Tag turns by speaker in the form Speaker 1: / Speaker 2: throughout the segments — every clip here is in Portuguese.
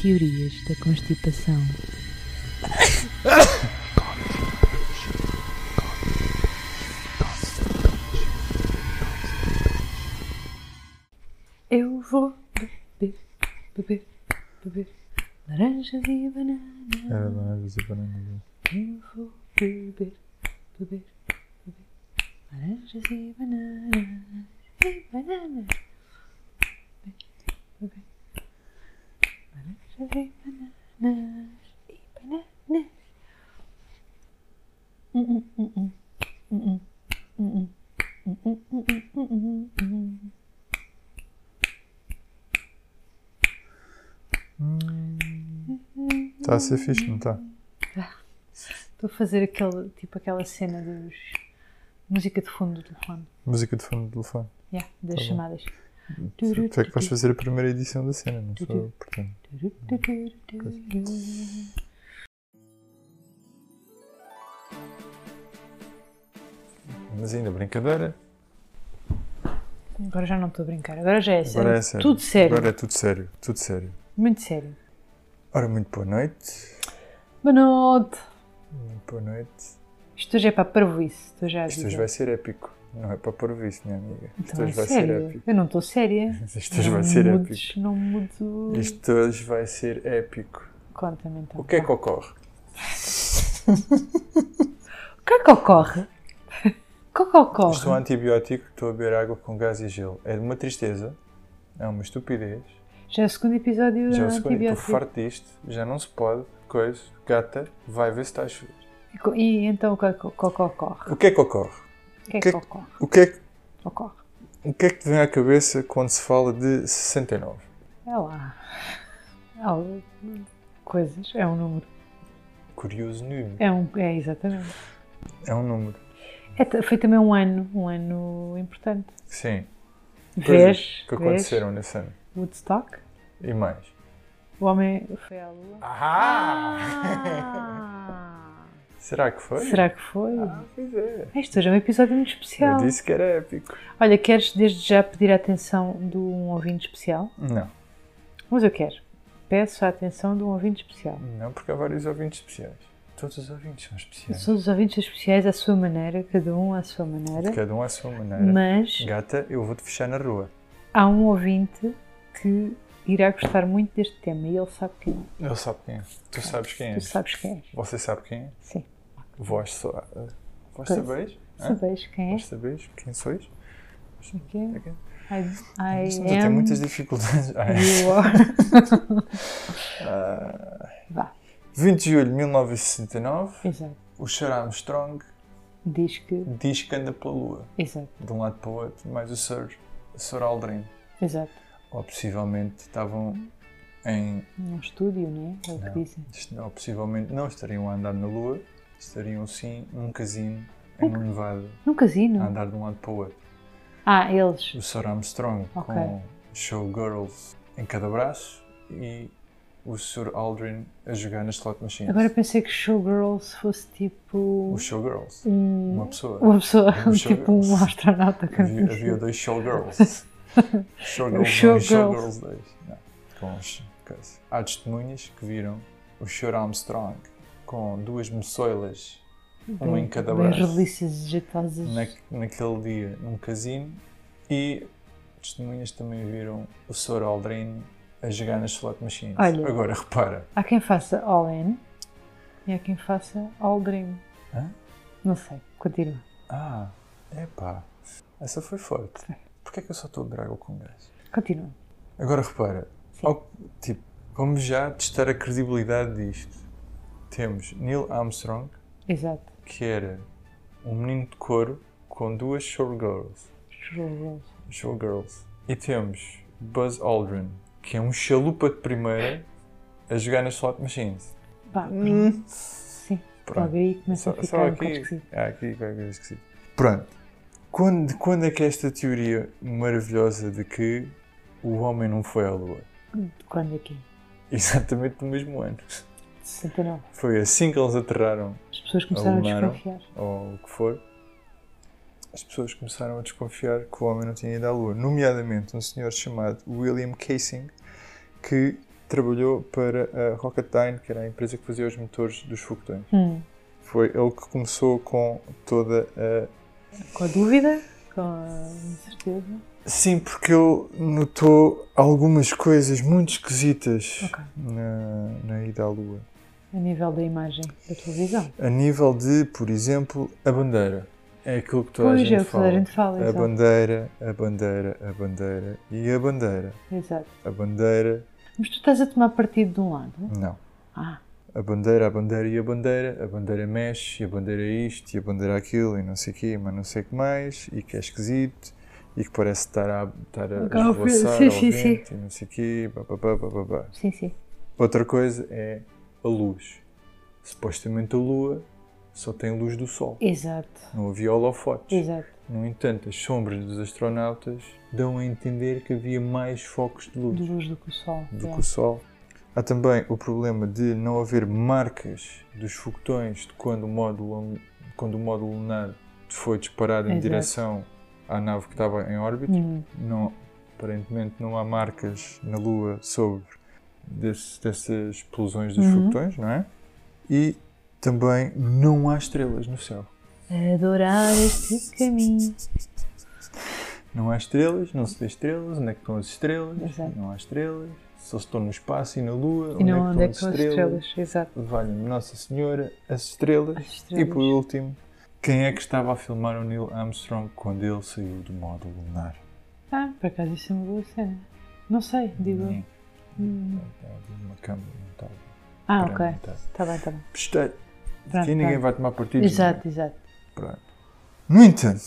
Speaker 1: Teorias da constipação. Eu vou beber, beber, beber laranjas e banana.
Speaker 2: Era laranjas e bananas.
Speaker 1: Eu vou beber, beber, beber laranjas e bananas. E bananas. Beber, beber. Laranjas e bananas. E bananas. Hum, hum, hum, hum. Hum, hum. Hum, hum, hum, hum, hum, hum, hum.
Speaker 2: Está Tá a ser fixe, não está?
Speaker 1: Estou a fazer aquele, tipo aquela cena dos música de fundo do telefone.
Speaker 2: Música de fundo do telefone.
Speaker 1: Yeah, das
Speaker 2: Tá bom.
Speaker 1: chamadas.
Speaker 2: Tu é que vais fazer a primeira edição da cena, não sou eu, portanto. Mas ainda brincadeira.
Speaker 1: Agora já não estou a brincar, agora já é sério.
Speaker 2: Agora é sério.
Speaker 1: Tudo sério,
Speaker 2: Agora é tudo sério, tudo sério.
Speaker 1: muito sério.
Speaker 2: Ora, muito boa noite.
Speaker 1: Boa noite.
Speaker 2: Muito boa noite.
Speaker 1: Isto hoje é para parvoíce, estou já a
Speaker 2: Isto
Speaker 1: dizer.
Speaker 2: hoje vai ser épico. Não é para pôr visto, minha amiga. Isto
Speaker 1: Então,
Speaker 2: hoje
Speaker 1: é
Speaker 2: vai
Speaker 1: sério.
Speaker 2: ser épico.
Speaker 1: Eu não estou séria.
Speaker 2: Isto hoje
Speaker 1: Não
Speaker 2: vai ser
Speaker 1: mudes,
Speaker 2: épico.
Speaker 1: Não mudo.
Speaker 2: Isto hoje vai ser épico.
Speaker 1: Conta-me então.
Speaker 2: O que é que ocorre?
Speaker 1: O que é que ocorre? O que é que ocorre?
Speaker 2: Estou um antibiótico, estou a beber água com gás e gelo. É de uma tristeza, é uma estupidez.
Speaker 1: Já é o segundo episódio
Speaker 2: um- Já
Speaker 1: da
Speaker 2: é o segundo, estou
Speaker 1: antibiótico.
Speaker 2: farto disto, já não se pode, coisa, gata, vai ver se está a chover.
Speaker 1: E co- E então o que é que o que é que ocorre?
Speaker 2: O que é que ocorre?
Speaker 1: O que é
Speaker 2: que-
Speaker 1: que ocorre?
Speaker 2: O que é que,
Speaker 1: Ocorre.
Speaker 2: o que, é que te vem à cabeça quando se fala de 69?
Speaker 1: É lá. Há o- coisas. É um número.
Speaker 2: Curioso número.
Speaker 1: É, um, é exatamente.
Speaker 2: É um número.
Speaker 1: É ta- foi também um ano. Um ano importante.
Speaker 2: Sim. Coisas
Speaker 1: Vês?
Speaker 2: que
Speaker 1: vês?
Speaker 2: aconteceram nesse ano.
Speaker 1: Woodstock.
Speaker 2: E mais.
Speaker 1: O homem foi à lua.
Speaker 2: Será que foi?
Speaker 1: Será que foi?
Speaker 2: Ah, pois é.
Speaker 1: Este hoje é um episódio muito
Speaker 2: Eu
Speaker 1: especial.
Speaker 2: disse que era épico.
Speaker 1: Olha, queres desde já pedir a atenção de um ouvinte especial?
Speaker 2: Não,
Speaker 1: Mas eu quero. Peço a atenção de um ouvinte especial.
Speaker 2: não, porque há vários ouvintes especiais. Todos os ouvintes são especiais.
Speaker 1: Todos os ouvintes especiais à sua maneira, cada um à sua maneira,
Speaker 2: Cada um à sua maneira.
Speaker 1: mas
Speaker 2: Gata, eu vou-te fechar na rua.
Speaker 1: há um ouvinte que irá gostar muito deste tema e ele sabe quem é.
Speaker 2: Eu sabe quem é. Tu sabes quem é.
Speaker 1: Tu sabes quem és.
Speaker 2: Você sabe quem é?
Speaker 1: Sim.
Speaker 2: Vós so... Vós
Speaker 1: Pois.
Speaker 2: sabeis? Hã?
Speaker 1: Sabes quem és?
Speaker 2: Vós sabeis quem sois?
Speaker 1: Quem é?
Speaker 2: É quem?
Speaker 1: I, I
Speaker 2: Estamos a ter
Speaker 1: am
Speaker 2: muitas dificuldades. Ai.
Speaker 1: you are.
Speaker 2: Ah,
Speaker 1: Vá.
Speaker 2: 20 de julho de 1969,
Speaker 1: Exato.
Speaker 2: o Sir Armstrong
Speaker 1: Diz que.
Speaker 2: diz que anda pela lua,
Speaker 1: Exato.
Speaker 2: de um lado para o outro, mais o Sir, Sir Aldrin.
Speaker 1: Exato.
Speaker 2: Ou possivelmente estavam em.
Speaker 1: Num estúdio, não é? É o que
Speaker 2: Não.
Speaker 1: dizem.
Speaker 2: Ou possivelmente não estariam a andar na lua, estariam sim num casino em Nevada,
Speaker 1: Num casino.
Speaker 2: a andar de um lado para o outro.
Speaker 1: Ah, eles.
Speaker 2: o Sir Armstrong
Speaker 1: Ok.
Speaker 2: com showgirls em cada braço e o Sr. Aldrin a jogar nas slot machines.
Speaker 1: Agora pensei que Showgirls fosse tipo.
Speaker 2: Os showgirls,
Speaker 1: Um,
Speaker 2: uma pessoa.
Speaker 1: uma pessoa,
Speaker 2: um
Speaker 1: tipo um
Speaker 2: showgirls.
Speaker 1: astronauta que
Speaker 2: Havia, havia dois showgirls. showgirls
Speaker 1: Showgirls.
Speaker 2: 1 e showgirls 2. Não, com os- coisa. Há testemunhas que viram o Sr. Armstrong com duas moçoilas, uma um em cada
Speaker 1: Bem
Speaker 2: braço, é
Speaker 1: relícias jeitosas.
Speaker 2: na, naquele dia num casino e testemunhas também viram o Sr. Aldrin a jogar nas slot machines.
Speaker 1: Olha.
Speaker 2: Agora repara,
Speaker 1: Há quem faça all in e há quem faça all dream.
Speaker 2: Hã?
Speaker 1: Não sei, continua.
Speaker 2: ah, epá, essa foi forte. Porquê é que eu só estou a beber água com gás?
Speaker 1: Continua.
Speaker 2: Agora repara, ao- tipo, vamos já testar a credibilidade disto. Temos Neil Armstrong,
Speaker 1: Exato.
Speaker 2: que era um menino de couro com duas showgirls.
Speaker 1: Showgirls.
Speaker 2: Showgirls. E temos Buzz Aldrin, que é um chalupa de primeira a jogar nas slot machines.
Speaker 1: Pá, sim.
Speaker 2: Hum. Pronto.
Speaker 1: Logo aí começa
Speaker 2: Só,
Speaker 1: a ficar
Speaker 2: só
Speaker 1: Hum. um bocado
Speaker 2: aqui.
Speaker 1: esquisito.
Speaker 2: há aqui qualquer coisa esquisita. Pronto. Quando, de quando é que é esta teoria maravilhosa de que o homem não foi à Lua?
Speaker 1: De Quando é que é?
Speaker 2: Exatamente no mesmo ano.
Speaker 1: De 69.
Speaker 2: Foi assim que eles aterraram,
Speaker 1: As pessoas começaram
Speaker 2: Alunaram.
Speaker 1: a desconfiar.
Speaker 2: ou o que for. As pessoas começaram a desconfiar que o homem não tinha ido à Lua. Nomeadamente um senhor chamado William Casing, que trabalhou para a Rocketdyne, que era a empresa que fazia os motores dos foguetões.
Speaker 1: Hum.
Speaker 2: Foi ele que começou com toda a
Speaker 1: Com a dúvida, com a incerteza.
Speaker 2: Sim, porque ele notou algumas coisas muito esquisitas
Speaker 1: Ok.
Speaker 2: na, na ida à Lua.
Speaker 1: A nível da imagem da televisão.
Speaker 2: A nível de, por exemplo, a bandeira. É aquilo que toda a
Speaker 1: Pois é,
Speaker 2: gente
Speaker 1: o que toda
Speaker 2: fala.
Speaker 1: a gente fala,
Speaker 2: A
Speaker 1: exato.
Speaker 2: bandeira, a bandeira, a bandeira e a bandeira.
Speaker 1: exato.
Speaker 2: A bandeira,
Speaker 1: Mas tu estás a tomar partido de um lado.
Speaker 2: não.
Speaker 1: Ah,
Speaker 2: A bandeira, a bandeira e a bandeira. A bandeira mexe, e a bandeira é isto, e a bandeira aquilo, e não sei o quê, mas não sei o que mais, e que é esquisito, e que parece estar a, estar a
Speaker 1: Ao vento,
Speaker 2: esvoaçar
Speaker 1: sim,
Speaker 2: ao
Speaker 1: sim, sim.
Speaker 2: vento, e não sei o quê, bababá, bababá.
Speaker 1: sim, sim.
Speaker 2: Outra coisa é a luz. Supostamente a lua só tem luz do sol.
Speaker 1: Exato.
Speaker 2: Não havia holofotes.
Speaker 1: Exato.
Speaker 2: No entanto, as sombras dos astronautas dão a entender que havia mais focos de luz
Speaker 1: De luz do que o sol.
Speaker 2: do
Speaker 1: é.
Speaker 2: que o Sol. Há também o problema de não haver marcas dos foguetões de quando o módulo, quando o módulo lunar foi disparado em
Speaker 1: Exato.
Speaker 2: direção à nave que estava em órbita.
Speaker 1: Hum,
Speaker 2: Não, aparentemente não há marcas na Lua sobre desse- dessas explosões dos
Speaker 1: Uhum.
Speaker 2: foguetões, não é? E também não há estrelas no céu.
Speaker 1: Adorar este caminho.
Speaker 2: Não há estrelas, não se vê estrelas, onde é que estão as estrelas?
Speaker 1: Exato.
Speaker 2: Não há estrelas, só se estão no espaço e na Lua,
Speaker 1: E não onde é que estão as estrelas? Exato.
Speaker 2: valha-me Nossa Senhora, as estrelas.
Speaker 1: As
Speaker 2: E por
Speaker 1: estrelas.
Speaker 2: último, quem é que estava a filmar o Neil Armstrong quando ele saiu do módulo lunar?
Speaker 1: Ah, por acaso isso é uma boa cena. Não sei, digo. eu.
Speaker 2: Ninguém.
Speaker 1: Hum.
Speaker 2: Estava É, Uma câmera não estava.
Speaker 1: Ah,
Speaker 2: Para
Speaker 1: ok.
Speaker 2: mim, tá.
Speaker 1: Está bem, está bem.
Speaker 2: Pesteiro.
Speaker 1: Pronto,
Speaker 2: Aqui ninguém
Speaker 1: pronto.
Speaker 2: vai tomar partido.
Speaker 1: Exato, exato.
Speaker 2: Pronto. No entanto,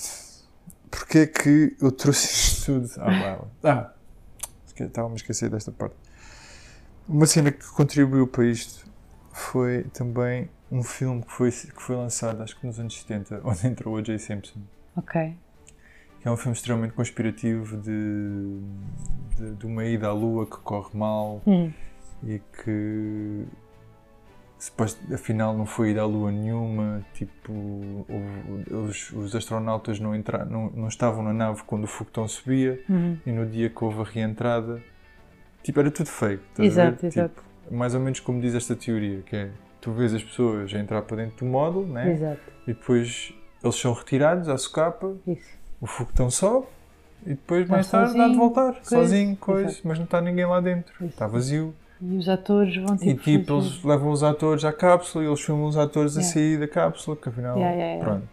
Speaker 2: porque é que eu trouxe isto tudo à baila? Ah, esque- estava-me a esquecer desta parte. Uma cena que contribuiu para isto foi também um filme que foi, que foi lançado, acho que nos anos 70, onde entrou o O.J. Simpson,
Speaker 1: Ok.
Speaker 2: que é um filme extremamente conspirativo de, de, de uma ida à lua que corre mal
Speaker 1: Hum,
Speaker 2: e que suposto- afinal não foi ida à lua nenhuma tipo houve- os, os astronautas não, entra, não, não estavam na nave quando o foguetão subia
Speaker 1: hum.
Speaker 2: e no dia que houve a reentrada tipo era tudo fake estás a
Speaker 1: Exato,
Speaker 2: ver?
Speaker 1: exato.
Speaker 2: Tipo, mais ou menos como diz esta teoria que é tu vês as pessoas a entrar para dentro do módulo né?
Speaker 1: Exato.
Speaker 2: e depois eles são retirados à socapa
Speaker 1: Isso.
Speaker 2: o foguetão sobe e depois
Speaker 1: Está
Speaker 2: mais tarde dá de
Speaker 1: sozinho,
Speaker 2: voltar sozinho
Speaker 1: coisa.
Speaker 2: coisa mas não está ninguém lá dentro
Speaker 1: Isso.
Speaker 2: está vazio
Speaker 1: E os atores vão
Speaker 2: e
Speaker 1: tipo.
Speaker 2: tipo,
Speaker 1: fazer-
Speaker 2: eles levam os atores à cápsula e eles filmam os atores a
Speaker 1: Yeah.
Speaker 2: sair da cápsula, que afinal.
Speaker 1: Yeah, yeah, yeah.
Speaker 2: Pronto.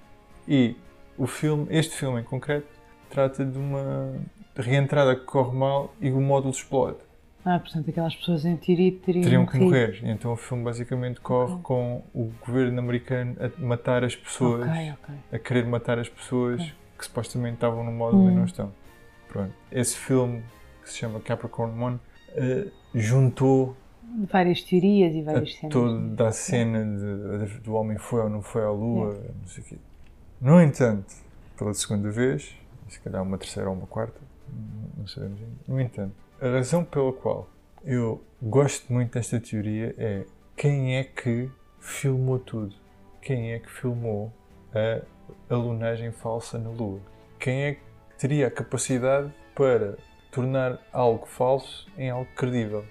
Speaker 2: E o filme, este filme em concreto, trata de uma reentrada que corre mal e o módulo explode.
Speaker 1: Ah, portanto, aquelas pessoas em Tirito teriam,
Speaker 2: Teriam que
Speaker 1: morrido.
Speaker 2: morrer. E Então o filme basicamente corre
Speaker 1: Ok.
Speaker 2: com o governo americano a matar as pessoas,
Speaker 1: Ok, ok.
Speaker 2: a querer matar as pessoas
Speaker 1: Ok.
Speaker 2: que supostamente estavam no módulo e
Speaker 1: Hum.
Speaker 2: não estão. Pronto. Esse filme, que se chama Capricorn One, eh, juntou
Speaker 1: Várias teorias e várias
Speaker 2: a
Speaker 1: cenas.
Speaker 2: É,
Speaker 1: né?
Speaker 2: toda a cena de- do homem foi ou não foi à lua, não sei o quê. No entanto, pela segunda vez, se calhar uma terceira ou uma quarta, não sabemos ainda. No entanto, a razão pela qual eu gosto muito desta teoria é quem é que filmou tudo? Quem é que filmou a alunagem falsa na lua? Quem é que teria a capacidade para tornar algo falso em algo credível?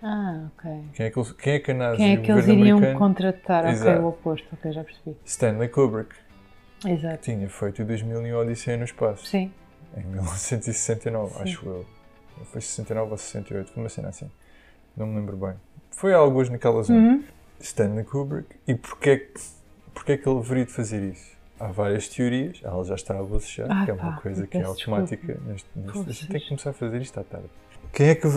Speaker 1: Ah, ok.
Speaker 2: Quem é que, eles- quem é que a NASA
Speaker 1: Quem
Speaker 2: e
Speaker 1: é
Speaker 2: o
Speaker 1: que eles
Speaker 2: governo
Speaker 1: iriam
Speaker 2: americano...
Speaker 1: contratar?
Speaker 2: Exato.
Speaker 1: Ok, o oposto. Ok, já percebi.
Speaker 2: Stanley Kubrick, que
Speaker 1: Exato.
Speaker 2: tinha feito o 2000 e um Odisseia no Espaço,
Speaker 1: Sim.
Speaker 2: em 1969,
Speaker 1: Sim.
Speaker 2: acho eu. Ou Foi 69 ou 68, foi uma cena assim. Não me lembro bem. Foi alguns naquela zona.
Speaker 1: Uhum.
Speaker 2: Stanley Kubrick. E porquê, que- porquê é que ele deveria de fazer isso? Há várias teorias. Ela já está a bocejar,
Speaker 1: Ah,
Speaker 2: que é uma
Speaker 1: pá,
Speaker 2: coisa
Speaker 1: eu
Speaker 2: que é
Speaker 1: peço desculpa.
Speaker 2: automática. Neste, neste, a gente tem
Speaker 1: Poças.
Speaker 2: que começar a fazer isto à tarde. Quem é que,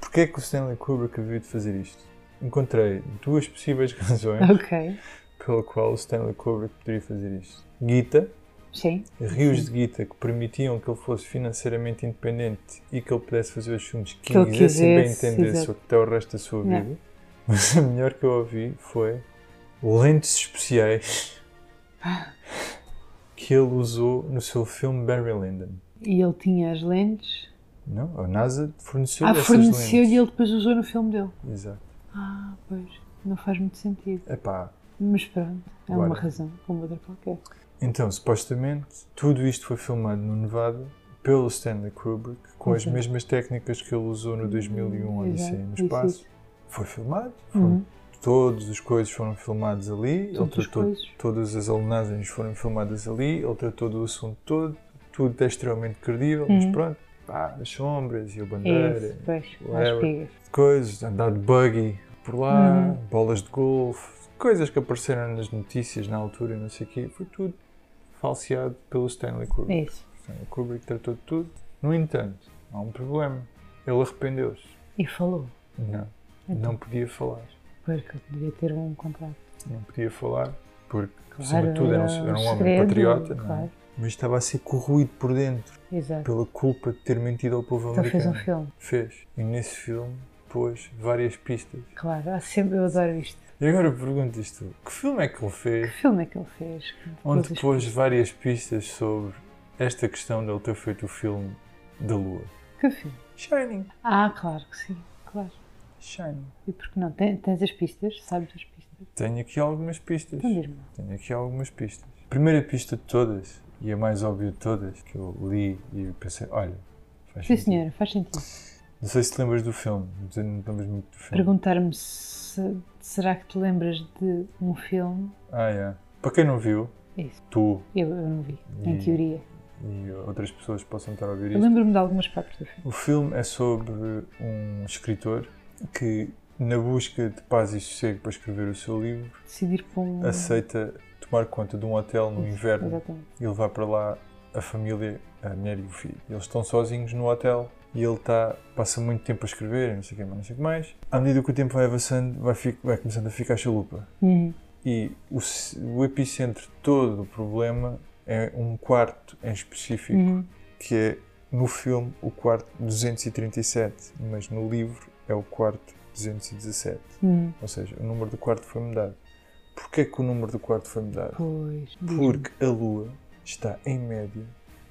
Speaker 2: porquê que o Stanley Kubrick havia de fazer isto? Encontrei duas possíveis razões
Speaker 1: Ah. Ok.
Speaker 2: pelo qual o Stanley Kubrick poderia fazer isto. Guita,
Speaker 1: Sim.
Speaker 2: rios de guita que permitiam que ele fosse financeiramente independente e que ele pudesse fazer os filmes que,
Speaker 1: Que ele
Speaker 2: quisesse e bem
Speaker 1: quisesse,
Speaker 2: entendesse
Speaker 1: exato.
Speaker 2: ou até o resto da sua
Speaker 1: Não.
Speaker 2: vida. Mas a melhor que eu ouvi foi lentes especiais que ele usou no seu filme Barry Lyndon.
Speaker 1: E ele tinha as lentes.
Speaker 2: Não? A NASA forneceu-lhe
Speaker 1: Ah,
Speaker 2: essas
Speaker 1: forneceu e
Speaker 2: lentes.
Speaker 1: ele depois usou no filme dele.
Speaker 2: Exato.
Speaker 1: Ah, pois. Não faz muito sentido.
Speaker 2: Epá,
Speaker 1: Mas pronto. É uma
Speaker 2: Agora.
Speaker 1: razão, como outra qualquer.
Speaker 2: Então, supostamente, tudo isto foi filmado no Nevada pelo Stanley Kubrick, com as
Speaker 1: Exato.
Speaker 2: mesmas técnicas que ele usou no 2001 Odisseia
Speaker 1: Uhum. Exato,
Speaker 2: no
Speaker 1: isso,
Speaker 2: Espaço.
Speaker 1: isso.
Speaker 2: Foi filmado, foi-
Speaker 1: Uhum.
Speaker 2: todos os coisas foram filmados ali, ele
Speaker 1: Todas as
Speaker 2: tratou
Speaker 1: coisas.
Speaker 2: todas as alunagens foram filmadas ali, ele tratou do assunto todo, tudo é extremamente credível,
Speaker 1: Uhum.
Speaker 2: mas pronto, pá, as sombras e a
Speaker 1: É
Speaker 2: bandeira,
Speaker 1: isso, pois, é
Speaker 2: whatever.
Speaker 1: mais pegas.
Speaker 2: coisas, andar de buggy por lá,
Speaker 1: Uhum.
Speaker 2: bolas de golfe, coisas que apareceram nas notícias na altura e não sei o quê, foi tudo falseado pelo Stanley Kubrick.
Speaker 1: É isso.
Speaker 2: Stanley Kubrick tratou de tudo. No entanto, há um problema, ele arrependeu-se.
Speaker 1: E falou.
Speaker 2: Não,
Speaker 1: Então.
Speaker 2: não podia falar.
Speaker 1: Pois que eu devia ter um comprado.
Speaker 2: Não podia falar porque,
Speaker 1: Claro,
Speaker 2: acima de tudo, era um,
Speaker 1: era um
Speaker 2: era um homem
Speaker 1: segredo,
Speaker 2: patriota, não é?
Speaker 1: claro.
Speaker 2: mas estava a ser corroído por dentro.
Speaker 1: Exato.
Speaker 2: pela culpa de ter mentido ao povo
Speaker 1: Então fez
Speaker 2: americano.
Speaker 1: um filme.
Speaker 2: Fez. E nesse filme pôs várias pistas.
Speaker 1: Claro, há sempre, eu adoro isto.
Speaker 2: E agora perguntas tu, que filme é que ele
Speaker 1: Que
Speaker 2: fez
Speaker 1: filme é que ele fez? Que
Speaker 2: onde
Speaker 1: coisas-
Speaker 2: pôs várias pistas sobre esta questão de ele ter feito o filme da lua?
Speaker 1: Que filme?
Speaker 2: Shining.
Speaker 1: Ah, claro que sim, claro.
Speaker 2: Shining.
Speaker 1: E porque não? Tem- Tens as pistas? Sabes as pistas?
Speaker 2: Tenho aqui algumas pistas.
Speaker 1: Então diz-me. lá.
Speaker 2: Tenho aqui algumas pistas. Primeira pista de todas, e a mais óbvia de todas, que eu li e pensei, olha, faz
Speaker 1: Sim,
Speaker 2: sentido.
Speaker 1: senhora, faz sentido.
Speaker 2: Não sei se te lembras do filme, não sei- não te lembras muito do filme.
Speaker 1: Perguntar-me se será que te lembras de um filme?
Speaker 2: Ah, é. Para quem não viu,
Speaker 1: É Isso,
Speaker 2: tu
Speaker 1: eu, eu não vi, em
Speaker 2: E-
Speaker 1: teoria.
Speaker 2: e outras pessoas possam estar a ouvir
Speaker 1: Eu
Speaker 2: isto.
Speaker 1: lembro-me de algumas partes do filme.
Speaker 2: O filme é sobre um escritor que, na busca de paz e sossego para escrever o seu livro,
Speaker 1: Decidir por um.
Speaker 2: aceita tomar conta de um hotel no
Speaker 1: Isso,
Speaker 2: inverno
Speaker 1: Exatamente.
Speaker 2: e levar para lá a família, a mulher e o filho. Eles estão sozinhos no hotel e ele está, passa muito tempo a escrever, não sei o que mais, não sei o que mais. À medida que o tempo vai avançando, vai, fi- vai começando a ficar chalupa.
Speaker 1: Uhum.
Speaker 2: E o, c- o epicentro todo do problema é um quarto em específico
Speaker 1: Uhum.
Speaker 2: que é no filme o quarto 237, mas no livro é o quarto 217.
Speaker 1: Uhum.
Speaker 2: Ou seja, o número do quarto foi mudado. Porquê que o número do quarto foi mudado?
Speaker 1: Pois. diz-me.
Speaker 2: Porque a Lua está, em média,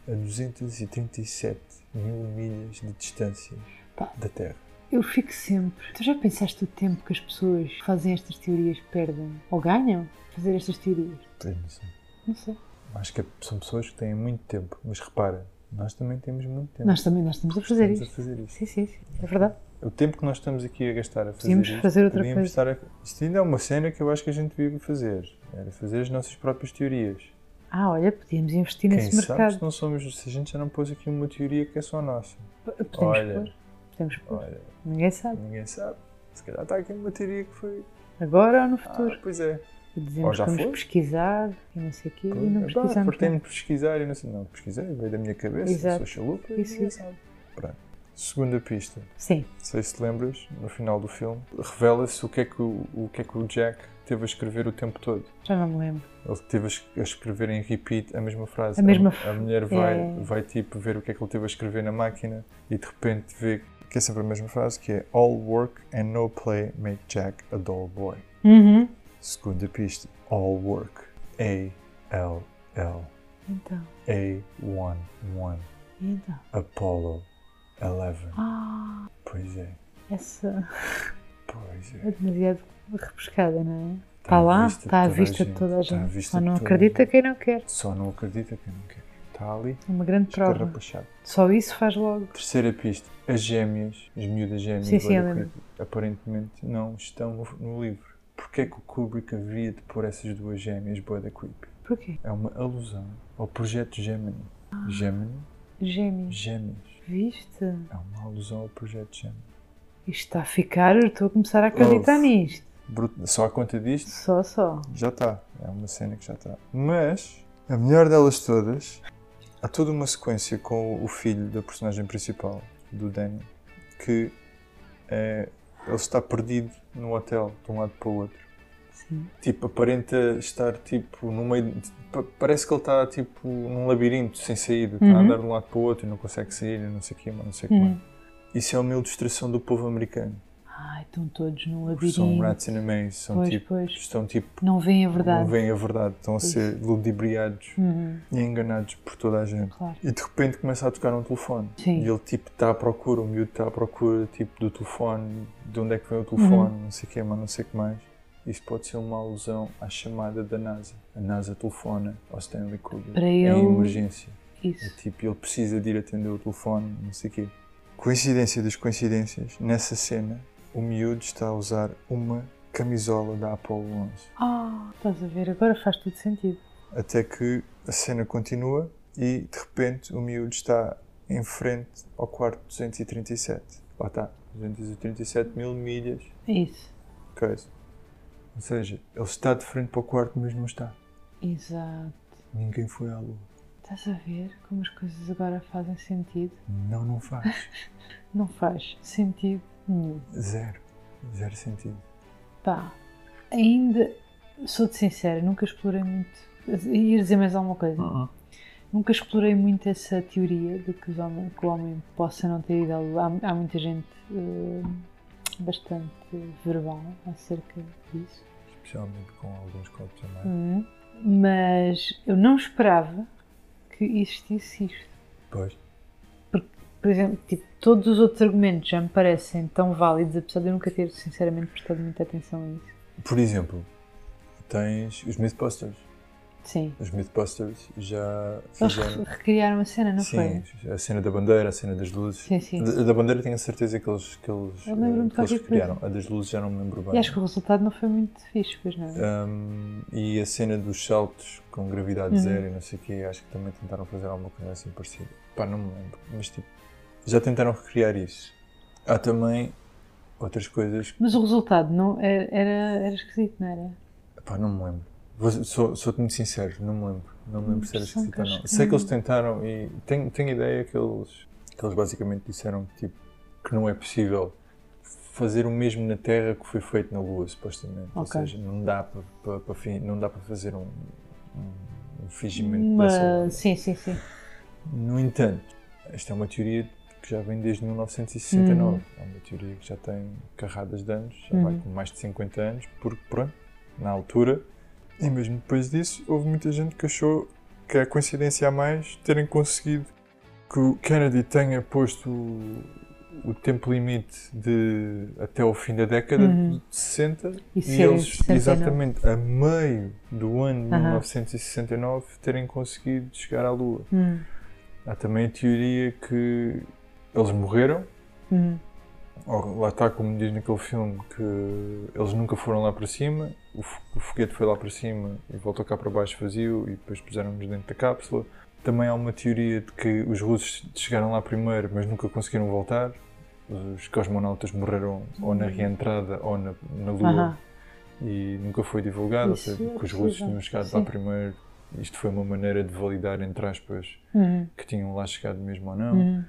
Speaker 2: a 237 mil milhas de distância
Speaker 1: Pá.
Speaker 2: da Terra.
Speaker 1: Eu fico sempre. Tu já pensaste o tempo que as pessoas que fazem estas teorias perdem ou ganham fazer estas teorias?
Speaker 2: Pois não sei.
Speaker 1: Não sei.
Speaker 2: Acho que é- são pessoas que têm muito tempo, mas repara, nós também temos muito tempo.
Speaker 1: Nós também nós estamos a fazer
Speaker 2: É. estamos a
Speaker 1: isto.
Speaker 2: fazer isto.
Speaker 1: Sim, sim, sim. É verdade.
Speaker 2: O tempo que nós estamos aqui a gastar a fazer
Speaker 1: Podíamos
Speaker 2: isto,
Speaker 1: fazer outra
Speaker 2: podíamos
Speaker 1: coisa.
Speaker 2: estar a- Isto ainda é uma cena que eu acho que a gente devia fazer. Era fazer as nossas próprias teorias.
Speaker 1: Ah, olha, podíamos investir
Speaker 2: Quem
Speaker 1: nesse
Speaker 2: sabe se
Speaker 1: mercado.
Speaker 2: não somos... Se a gente já não pôs aqui uma teoria que é só nossa.
Speaker 1: P- Podemos
Speaker 2: Olha.
Speaker 1: pôr. Podemos pôr.
Speaker 2: Olha,
Speaker 1: Ninguém sabe.
Speaker 2: ninguém sabe. Se calhar está aqui uma teoria que foi...
Speaker 1: Agora ou no
Speaker 2: Ah,
Speaker 1: futuro.
Speaker 2: pois é. ou
Speaker 1: Dizemos que
Speaker 2: já
Speaker 1: vamos
Speaker 2: foi.
Speaker 1: pesquisar e não sei o quê. E não
Speaker 2: Pois, pá,
Speaker 1: pesquisamos. nada.
Speaker 2: pretendo pesquisar e não sei... Não, pesquisei, veio da minha cabeça.
Speaker 1: Exato.
Speaker 2: Sou
Speaker 1: Isso,
Speaker 2: chalupa
Speaker 1: é.
Speaker 2: e ninguém
Speaker 1: isso.
Speaker 2: sabe. Pronto. Segunda pista.
Speaker 1: Sim.
Speaker 2: Não sei se te lembras, no final do filme, revela-se o que, é que o, o que é que o Jack teve a escrever o tempo todo.
Speaker 1: Já não me lembro.
Speaker 2: Ele teve a es- a escrever em repeat a mesma frase.
Speaker 1: A mesma
Speaker 2: a, mulher vai,
Speaker 1: é.
Speaker 2: vai tipo ver o que é que ele teve a escrever na máquina e de repente vê que é sempre a mesma frase que é All work and no play make Jack a dull boy.
Speaker 1: Uhum.
Speaker 2: Segunda pista. All work. A L L
Speaker 1: Então.
Speaker 2: A 1 1
Speaker 1: E então?
Speaker 2: Apollo 11.
Speaker 1: Ah,
Speaker 2: Pois é.
Speaker 1: essa
Speaker 2: Pois é.
Speaker 1: é demasiado rebuscada, não é?
Speaker 2: Tá
Speaker 1: Está lá, está à
Speaker 2: à vista de toda a
Speaker 1: vista de
Speaker 2: gente,
Speaker 1: toda a
Speaker 2: tá à
Speaker 1: gente.
Speaker 2: vista
Speaker 1: Só
Speaker 2: de
Speaker 1: não
Speaker 2: toda a
Speaker 1: acredita
Speaker 2: gente.
Speaker 1: quem não quer.
Speaker 2: Só não acredita que eu não quero. Está ali.
Speaker 1: É uma grande prova.
Speaker 2: escarrapachado.
Speaker 1: Só isso faz logo.
Speaker 2: Terceira pista, as gêmeas, as miúdas gêmeas,
Speaker 1: Sim, sim,
Speaker 2: olha,
Speaker 1: eu lembro.
Speaker 2: que aparentemente não estão no, no livro. Porquê é que o Kubrick haveria de pôr essas duas gêmeas bué da creepy?
Speaker 1: Porquê?
Speaker 2: É uma alusão ao projeto Gemini. Gemini?
Speaker 1: Gêmeos.
Speaker 2: Gêmeas.
Speaker 1: Viste?
Speaker 2: É uma alusão ao projeto Gemini.
Speaker 1: Isto está a ficar, eu estou a começar a acreditar
Speaker 2: Ouve.
Speaker 1: nisto.
Speaker 2: Bruto. Só a conta disto,
Speaker 1: Só, só.
Speaker 2: já está. É uma cena que já está. Mas, a melhor delas todas, há toda uma sequência com o filho da personagem principal, do Danny, que é, ele está perdido no hotel, de um lado para o outro.
Speaker 1: Sim.
Speaker 2: Tipo, aparenta estar tipo no meio. de- pa- Parece que ele está tipo num labirinto sem saída, está
Speaker 1: Uhum.
Speaker 2: a andar de um lado para o outro e não consegue sair, e não sei o quê, mas não sei o que
Speaker 1: Uhum.
Speaker 2: mais. Isso é uma ilustração do povo americano.
Speaker 1: Ai, estão todos num
Speaker 2: Porque São
Speaker 1: labirinto.
Speaker 2: rats in a maze, são
Speaker 1: Pois,
Speaker 2: tipo.
Speaker 1: pois.
Speaker 2: Estão tipo.
Speaker 1: Não veem a
Speaker 2: Não
Speaker 1: verdade.
Speaker 2: veem a verdade, estão a ser ludibriados
Speaker 1: Uhum,
Speaker 2: e enganados por toda a gente.
Speaker 1: claro.
Speaker 2: E de repente começa a tocar um telefone.
Speaker 1: Sim.
Speaker 2: E ele tipo está à procura, o miúdo está à procura tipo, do telefone, de onde é que vem o telefone,
Speaker 1: Uhum.
Speaker 2: não sei o que, mas não sei o que mais. Isso pode ser um uma alusão à chamada da NASA. A NASA telefona ao Stanley Kubrick
Speaker 1: Para
Speaker 2: em
Speaker 1: ele-
Speaker 2: emergência. É
Speaker 1: Isso.
Speaker 2: tipo, ele precisa de ir atender o telefone, não sei o quê. Coincidência das coincidências, nessa cena, o miúdo está a usar uma camisola da Apollo 11.
Speaker 1: Ah, estás a ver? Agora faz tudo sentido.
Speaker 2: Até que a cena continua e, de repente, o miúdo está em frente ao quarto 237. Lá está, 237 mil milhas,
Speaker 1: É isso.
Speaker 2: coisa. Ou seja, ele está de frente para o quarto, mas não está.
Speaker 1: Exato.
Speaker 2: Ninguém foi à lua.
Speaker 1: Estás a ver como as coisas agora fazem sentido?
Speaker 2: Não, não faz.
Speaker 1: Não faz sentido nenhum.
Speaker 2: Zero. Zero sentido.
Speaker 1: Pá, ainda sou-te sincera, nunca explorei muito. Ia dizer mais alguma coisa. Nunca explorei muito essa teoria de que, os homens- que o homem possa não ter ido à lua. Há, há muita gente eh, bastante verbal acerca disso.
Speaker 2: Especialmente com alguns copos a mais.
Speaker 1: Hum, Mas eu não esperava que existisse isto.
Speaker 2: Pois.
Speaker 1: Por exemplo, tipo, todos os outros argumentos já me parecem tão válidos, apesar de eu nunca ter sinceramente prestado muita atenção a isso.
Speaker 2: Por exemplo, tens os Mythbusters.
Speaker 1: Sim.
Speaker 2: Os Mythbusters já
Speaker 1: Eles
Speaker 2: fizeram.
Speaker 1: re- recriaram a cena, não foi?
Speaker 2: Sim, a cena da bandeira, a cena das luzes.
Speaker 1: Sim, sim.
Speaker 2: Da, da bandeira tenho a certeza que eles, que eles,
Speaker 1: Eu lembro-me de
Speaker 2: eh, que eles
Speaker 1: qualquer coisa.
Speaker 2: criaram. A das luzes já não me lembro bem.
Speaker 1: E acho que o resultado não foi muito fixe, pois não?
Speaker 2: Ahm, e a cena dos saltos com gravidade
Speaker 1: Uhum.
Speaker 2: zero e não sei o quê, acho que também tentaram fazer alguma coisa assim parecida. Pá, não me lembro. Mas tipo, já tentaram recriar isso. Há também outras coisas
Speaker 1: Mas o resultado não era, era, era esquisito, não era?
Speaker 2: Pá, não me lembro. Vou- Sou, sou-te muito sincero, não me lembro. Não me lembro se era
Speaker 1: Impressão
Speaker 2: esquisito ou
Speaker 1: que
Speaker 2: não.
Speaker 1: acho que
Speaker 2: Sei que
Speaker 1: não.
Speaker 2: eles tentaram e tenho, tenho ideia que eles, que eles basicamente disseram que, tipo, que não é possível fazer o mesmo na Terra que foi feito na Lua, supostamente. Ou
Speaker 1: Ok.
Speaker 2: seja, não dá para, para, para fi- não dá para fazer um, um, um fingimento dessa
Speaker 1: Uma...
Speaker 2: Lua.
Speaker 1: Sim, sim, sim.
Speaker 2: No entanto, esta é uma teoria que já vem desde 1969.
Speaker 1: Hum.
Speaker 2: É uma teoria que já tem carradas de anos, já vai
Speaker 1: Uhum.
Speaker 2: com mais de 50 anos, porque pronto, na altura, e mesmo depois disso, houve muita gente que achou que é coincidência a mais terem conseguido que o Kennedy tenha posto o, o tempo limite de até ao fim da década
Speaker 1: Uhum.
Speaker 2: de 60
Speaker 1: E
Speaker 2: e
Speaker 1: serem
Speaker 2: eles,
Speaker 1: 69.
Speaker 2: exatamente, a meio do ano de
Speaker 1: Aham.
Speaker 2: 1969, terem conseguido chegar à Lua.
Speaker 1: Hum,
Speaker 2: Há também a teoria que eles morreram,
Speaker 1: hum.
Speaker 2: ou lá está como diz naquele filme, que eles nunca foram lá para cima, o, fo- o foguete foi lá para cima e voltou cá para baixo vazio e depois puseram-nos dentro da cápsula. Também há uma teoria de que os russos chegaram lá primeiro, mas nunca conseguiram voltar. Os cosmonautas morreram ou na reentrada ou na, na Lua
Speaker 1: Aham.
Speaker 2: e nunca foi divulgado, ou
Speaker 1: Isso
Speaker 2: seja,
Speaker 1: é
Speaker 2: que os russos
Speaker 1: possível.
Speaker 2: tinham chegado
Speaker 1: Sim.
Speaker 2: lá primeiro. Isto foi uma maneira de validar, entre aspas,
Speaker 1: Hum,
Speaker 2: que tinham lá chegado mesmo ou não.
Speaker 1: hum.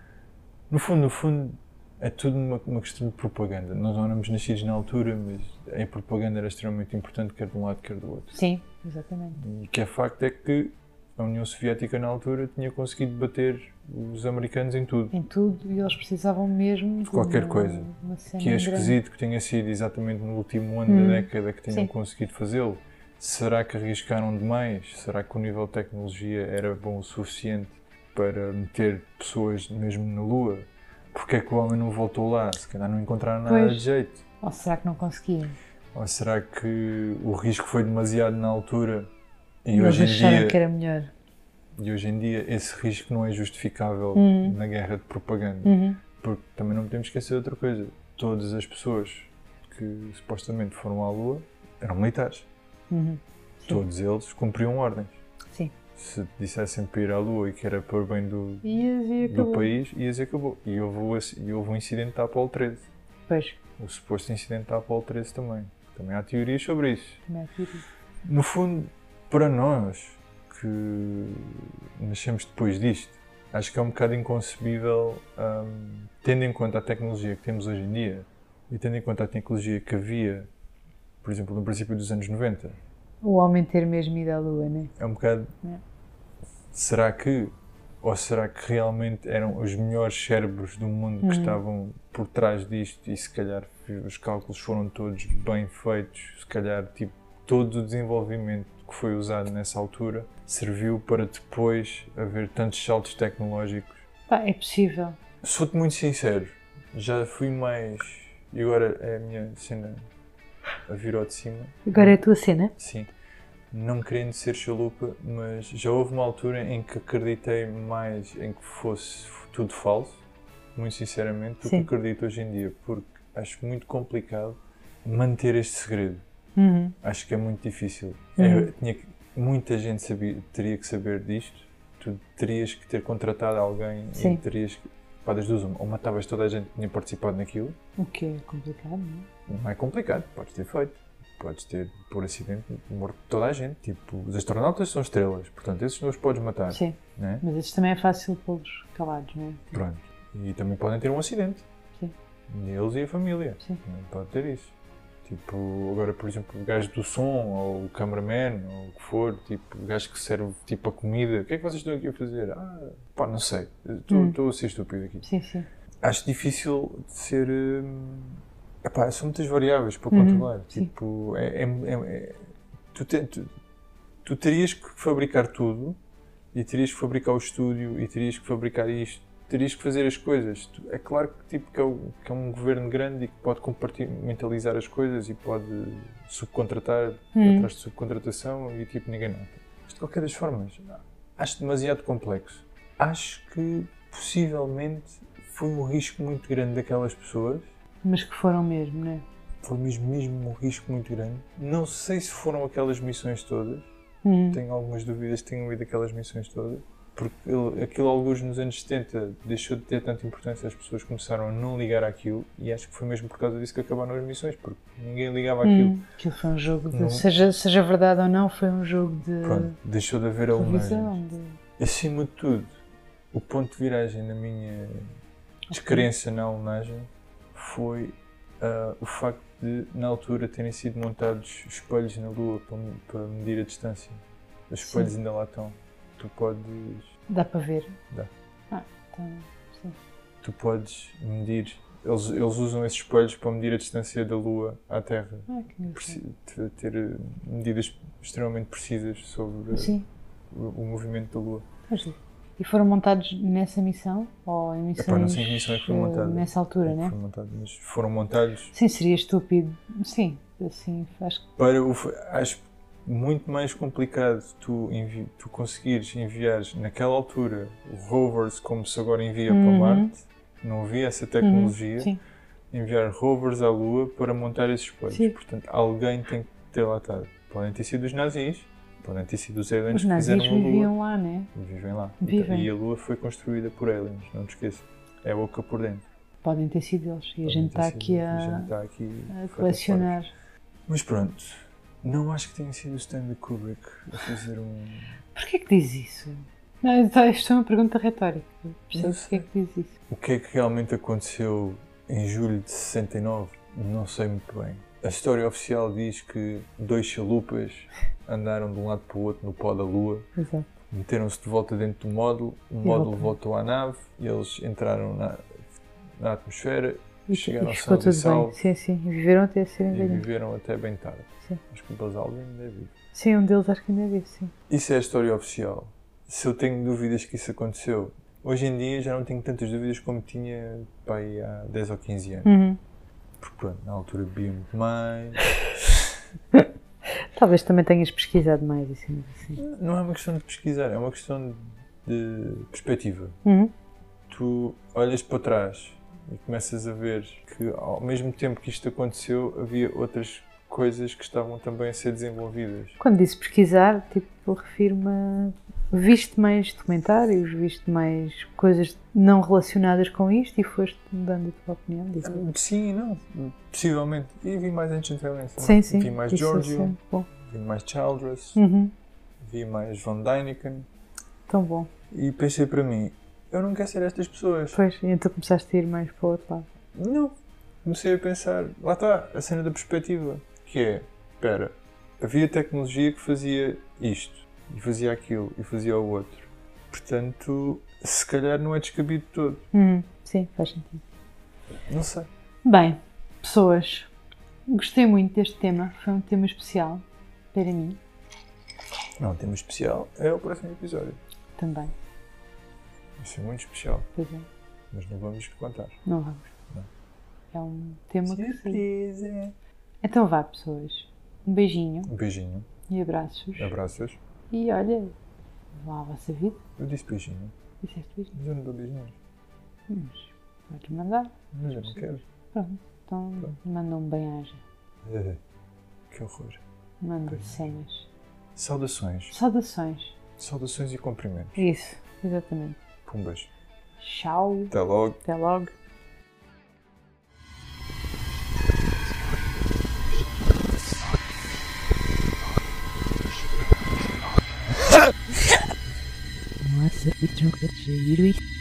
Speaker 2: No fundo, no fundo, é tudo uma, uma questão de propaganda. Nós não éramos nascidos na altura, mas a propaganda era extremamente importante, quer de um lado, quer do outro.
Speaker 1: Sim, exatamente.
Speaker 2: E o que é facto é que a União Soviética, na altura, tinha conseguido bater os americanos em tudo.
Speaker 1: Em tudo, e eles precisavam mesmo de
Speaker 2: Qualquer
Speaker 1: uma,
Speaker 2: coisa.
Speaker 1: Uma cena
Speaker 2: Que é
Speaker 1: grande.
Speaker 2: esquisito que tenha sido exatamente no último ano
Speaker 1: Hum.
Speaker 2: da década que tenham
Speaker 1: Sim.
Speaker 2: conseguido fazê-lo. Será que arriscaram demais? Será que o nível de tecnologia era bom o suficiente para meter pessoas mesmo na Lua? Porque é que o homem não voltou lá? Se calhar não encontraram nada
Speaker 1: Pois.
Speaker 2: de jeito.
Speaker 1: Ou será que não conseguiam?
Speaker 2: Ou será que o risco foi demasiado na altura e
Speaker 1: Eles
Speaker 2: hoje, em
Speaker 1: acharam
Speaker 2: dia,
Speaker 1: que era melhor.
Speaker 2: e hoje em dia esse risco não é justificável
Speaker 1: Uhum.
Speaker 2: na guerra de propaganda?
Speaker 1: Uhum.
Speaker 2: Porque também não podemos esquecer outra coisa. Todas as pessoas que supostamente foram à Lua eram militares.
Speaker 1: Uhum. Sim.
Speaker 2: Todos eles cumpriam ordens.
Speaker 1: Sim.
Speaker 2: Se te dissessem para ir à Lua e que era para o bem do,
Speaker 1: Ias e
Speaker 2: do
Speaker 1: acabou.
Speaker 2: país, ias e acabou. E houve, esse- e houve um incidente da Apollo 13.
Speaker 1: Pois,
Speaker 2: O suposto incidente da Apollo 13 também. Também há teorias sobre isso.
Speaker 1: também é tudo.
Speaker 2: No fundo, para nós que nascemos depois disto, acho que é um bocado inconcebível, hum, tendo em conta a tecnologia que temos hoje em dia e tendo em conta a tecnologia que havia, por exemplo, no princípio dos anos 90,
Speaker 1: O homem ter mesmo ido à lua, né?
Speaker 2: é um bocado.
Speaker 1: É.
Speaker 2: Será que. Ou será que realmente eram os melhores cérebros do mundo que estavam por trás disto e se calhar os cálculos foram todos bem feitos? Se calhar, tipo, todo o desenvolvimento que foi usado nessa altura serviu para depois haver tantos saltos tecnológicos.
Speaker 1: Pá, é possível.
Speaker 2: Sou-te muito sincero, já fui mais. E agora é a minha cena a virou de cima.
Speaker 1: Agora é a tua cena?
Speaker 2: Sim. não querendo ser chalupa, mas já houve uma altura em que acreditei mais em que fosse tudo falso, muito sinceramente, do
Speaker 1: Sim.
Speaker 2: que acredito hoje em dia, porque acho muito complicado manter este segredo.
Speaker 1: Uhum.
Speaker 2: Acho que é muito difícil.
Speaker 1: Uhum.
Speaker 2: É, tinha que- muita gente sabia, teria que saber disto, tu terias que ter contratado alguém
Speaker 1: Sim.
Speaker 2: e terias que. Pá, das duas, uma. Ou matavas toda a gente que tinha participado naquilo,
Speaker 1: O que é complicado, não é?
Speaker 2: não é complicado, podes ter feito. Podes ter, por acidente, morto toda a gente. Tipo, os astronautas são estrelas, portanto, esses não os podes matar.
Speaker 1: Sim,
Speaker 2: Né?
Speaker 1: mas estes também é fácil pô-los calados, não é?
Speaker 2: Pronto. E também podem ter um acidente.
Speaker 1: Sim.
Speaker 2: Eles e a família.
Speaker 1: Sim.
Speaker 2: Também Pode ter isso. Tipo, agora, por exemplo, o gajo do som, ou o cameraman, ou o que for, tipo, o gajo que serve tipo, a comida. O que é que vocês estão aqui a fazer? Ah, pá, não sei. Estou
Speaker 1: Hum.
Speaker 2: estou a ser estúpido aqui.
Speaker 1: Sim, sim.
Speaker 2: Acho difícil de ser. hum, epá, são muitas variáveis para
Speaker 1: Uhum,
Speaker 2: controlar.
Speaker 1: sim.
Speaker 2: Tipo, é. é- é- é- tu, te- tu- tu terias que fabricar tudo, e terias que fabricar o estúdio, e terias que fabricar isto, terias que fazer as coisas. Tu- É claro que, tipo, que, é, o- que é um governo grande e que pode compartimentalizar as coisas e pode subcontratar
Speaker 1: Hum.
Speaker 2: atrás de subcontratação e tipo ninguém nota. Mas de qualquer das formas, acho demasiado complexo. Acho que possivelmente foi um risco muito grande daquelas pessoas.
Speaker 1: Mas que foram mesmo, não é?
Speaker 2: Foi mesmo, mesmo um risco muito grande. Não sei se foram aquelas missões todas.
Speaker 1: Uhum.
Speaker 2: Tenho algumas dúvidas que tenham ido aquelas missões todas. Porque ele- aquilo, alguns nos anos 70, deixou de ter tanta importância, as pessoas começaram a não ligar àquilo. E acho que foi mesmo por causa disso que acabaram as missões, porque ninguém ligava àquilo.
Speaker 1: Hum, Aquilo foi um jogo de.
Speaker 2: Não.
Speaker 1: Seja, seja verdade ou não, foi um jogo de.
Speaker 2: Pronto, é deixou de haver a homenagem.
Speaker 1: televisão. De...
Speaker 2: Acima de tudo, o ponto de viragem na minha descrença na alunagem foi ah, o facto de, na altura, terem sido montados espelhos na Lua para, me- para medir a distância. Os espelhos ainda lá estão. Tu podes,
Speaker 1: Dá para ver?
Speaker 2: Dá.
Speaker 1: Ah, então. Sim.
Speaker 2: tu podes medir. Eles, eles usam esses espelhos para medir a distância da Lua à Terra.
Speaker 1: Ah, que engraçado.
Speaker 2: Preci- te- Ter eh, medidas extremamente precisas sobre eh,
Speaker 1: Sim,
Speaker 2: o, o movimento da Lua.
Speaker 1: pois é. E foram montados nessa missão? Ou em missões?
Speaker 2: Epá, não sei em que missão é que foi
Speaker 1: eh,
Speaker 2: montada.
Speaker 1: Nessa altura, né?
Speaker 2: Foi montado, mas foram montados
Speaker 1: Sim, seria estúpido. Sim, assim, acho que.
Speaker 2: para o, acho muito mais complicado tu, envi, tu conseguires enviar naquela altura rovers como se agora envia
Speaker 1: Uhum.
Speaker 2: para Marte, não havia essa tecnologia,
Speaker 1: Sim,
Speaker 2: enviar rovers à Lua para montar esses
Speaker 1: Sim.
Speaker 2: espelhos. Portanto, alguém tem que ter lá estado. Podem ter sido os nazis, podem ter sido os aliens
Speaker 1: os
Speaker 2: que
Speaker 1: nazis
Speaker 2: fizeram a Lua.
Speaker 1: viviam lá, né?
Speaker 2: Vivem lá. Então,
Speaker 1: Vivem.
Speaker 2: E a Lua foi construída por aliens, não te esqueças. É oca por dentro.
Speaker 1: Podem ter sido eles. E a gente está
Speaker 2: Podem ter
Speaker 1: aqui
Speaker 2: sido-
Speaker 1: a,
Speaker 2: gente tá está aqui
Speaker 1: a
Speaker 2: feita
Speaker 1: colecionar.
Speaker 2: mas pronto, não acho que tenha sido o Stanley Kubrick a fazer um.
Speaker 1: Porquê que diz isso? Não, isto isto é uma pergunta retórica. Percebes porquê
Speaker 2: sei.
Speaker 1: que diz isso?
Speaker 2: O que é que realmente aconteceu em julho de 69? Não sei muito bem. A história oficial diz que dois chalupas andaram de um lado para o outro no pó da lua,
Speaker 1: Exato.
Speaker 2: meteram-se de volta dentro do módulo, o módulo voltou à nave e eles entraram na, na atmosfera,
Speaker 1: E,
Speaker 2: chegaram
Speaker 1: e
Speaker 2: ao
Speaker 1: ficou
Speaker 2: céu
Speaker 1: tudo
Speaker 2: e
Speaker 1: bem.
Speaker 2: salvo
Speaker 1: Sim, sim. E viveram até serem
Speaker 2: e
Speaker 1: velhinhos.
Speaker 2: viveram até bem tarde.
Speaker 1: É Sim.
Speaker 2: Acho que o Buzz Aldrin ainda é vivo.
Speaker 1: Sim, um deles acho que ainda vive, sim.
Speaker 2: Isso é a história oficial. Se eu tenho dúvidas que isso aconteceu, hoje em dia já não tenho tantas dúvidas como tinha pá, aí há 10 ou 15 anos.
Speaker 1: Uhum.
Speaker 2: Porque pronto, na altura bebia muito mais.
Speaker 1: Talvez também tenhas pesquisado mais assim. mas assim.
Speaker 2: Não é uma questão de pesquisar, é uma questão de perspectiva.
Speaker 1: Uhum.
Speaker 2: Tu olhas para trás e começas a ver que ao mesmo tempo que isto aconteceu, havia outras coisas que estavam também a ser desenvolvidas.
Speaker 1: Quando disse pesquisar, tipo, refiro-me a... Viste mais documentários, viste mais coisas não relacionadas com isto e foste mudando a tua opinião disso.
Speaker 2: Sim, e não, possivelmente. E vi mais Ancient Aliens.
Speaker 1: Sim, sim.
Speaker 2: Vi mais
Speaker 1: isso é
Speaker 2: Giorgio,
Speaker 1: sempre bom.
Speaker 2: vi mais Childress.
Speaker 1: Uhum.
Speaker 2: vi mais Van Dyneken
Speaker 1: Tão bom.
Speaker 2: e pensei para mim, eu não quero ser estas pessoas.
Speaker 1: Pois, então começaste a ir mais para o outro lado.
Speaker 2: Não. Comecei a pensar, lá está, a cena da perspectiva, que é, espera, havia tecnologia que fazia isto, e fazia aquilo, e fazia o outro. Portanto, se calhar não é descabido todo.
Speaker 1: Uhum. Sim, faz sentido.
Speaker 2: Não sei.
Speaker 1: Bem, pessoas, gostei muito deste tema, foi um tema especial para mim
Speaker 2: Não, o tema especial é o próximo episódio.
Speaker 1: também,
Speaker 2: Vai ser muito especial,
Speaker 1: pois é,
Speaker 2: mas não vamos contar.
Speaker 1: não vamos.
Speaker 2: Não.
Speaker 1: É um tema que sim.
Speaker 2: Surpresa!
Speaker 1: Então vá, pessoas, um beijinho
Speaker 2: Um beijinho.
Speaker 1: E abraços.
Speaker 2: Abraços.
Speaker 1: E olha, vá à vossa vida. é
Speaker 2: Eu disse beijinho,
Speaker 1: Disseste beijinhos.
Speaker 2: mas eu não dou beijinhos.
Speaker 1: Mas vai-te mandar.
Speaker 2: Mas eu não quero.
Speaker 1: Pronto. Então manda um bem-aja.
Speaker 2: Que horror.
Speaker 1: Manda
Speaker 2: Pois.
Speaker 1: cenas.
Speaker 2: Saudações.
Speaker 1: Saudações.
Speaker 2: Saudações e cumprimentos.
Speaker 1: Isso, exatamente.
Speaker 2: Pumbas.
Speaker 1: Tchau.
Speaker 2: Até logo.
Speaker 1: Até logo.
Speaker 3: Nossa, que tronco cheiro, hein?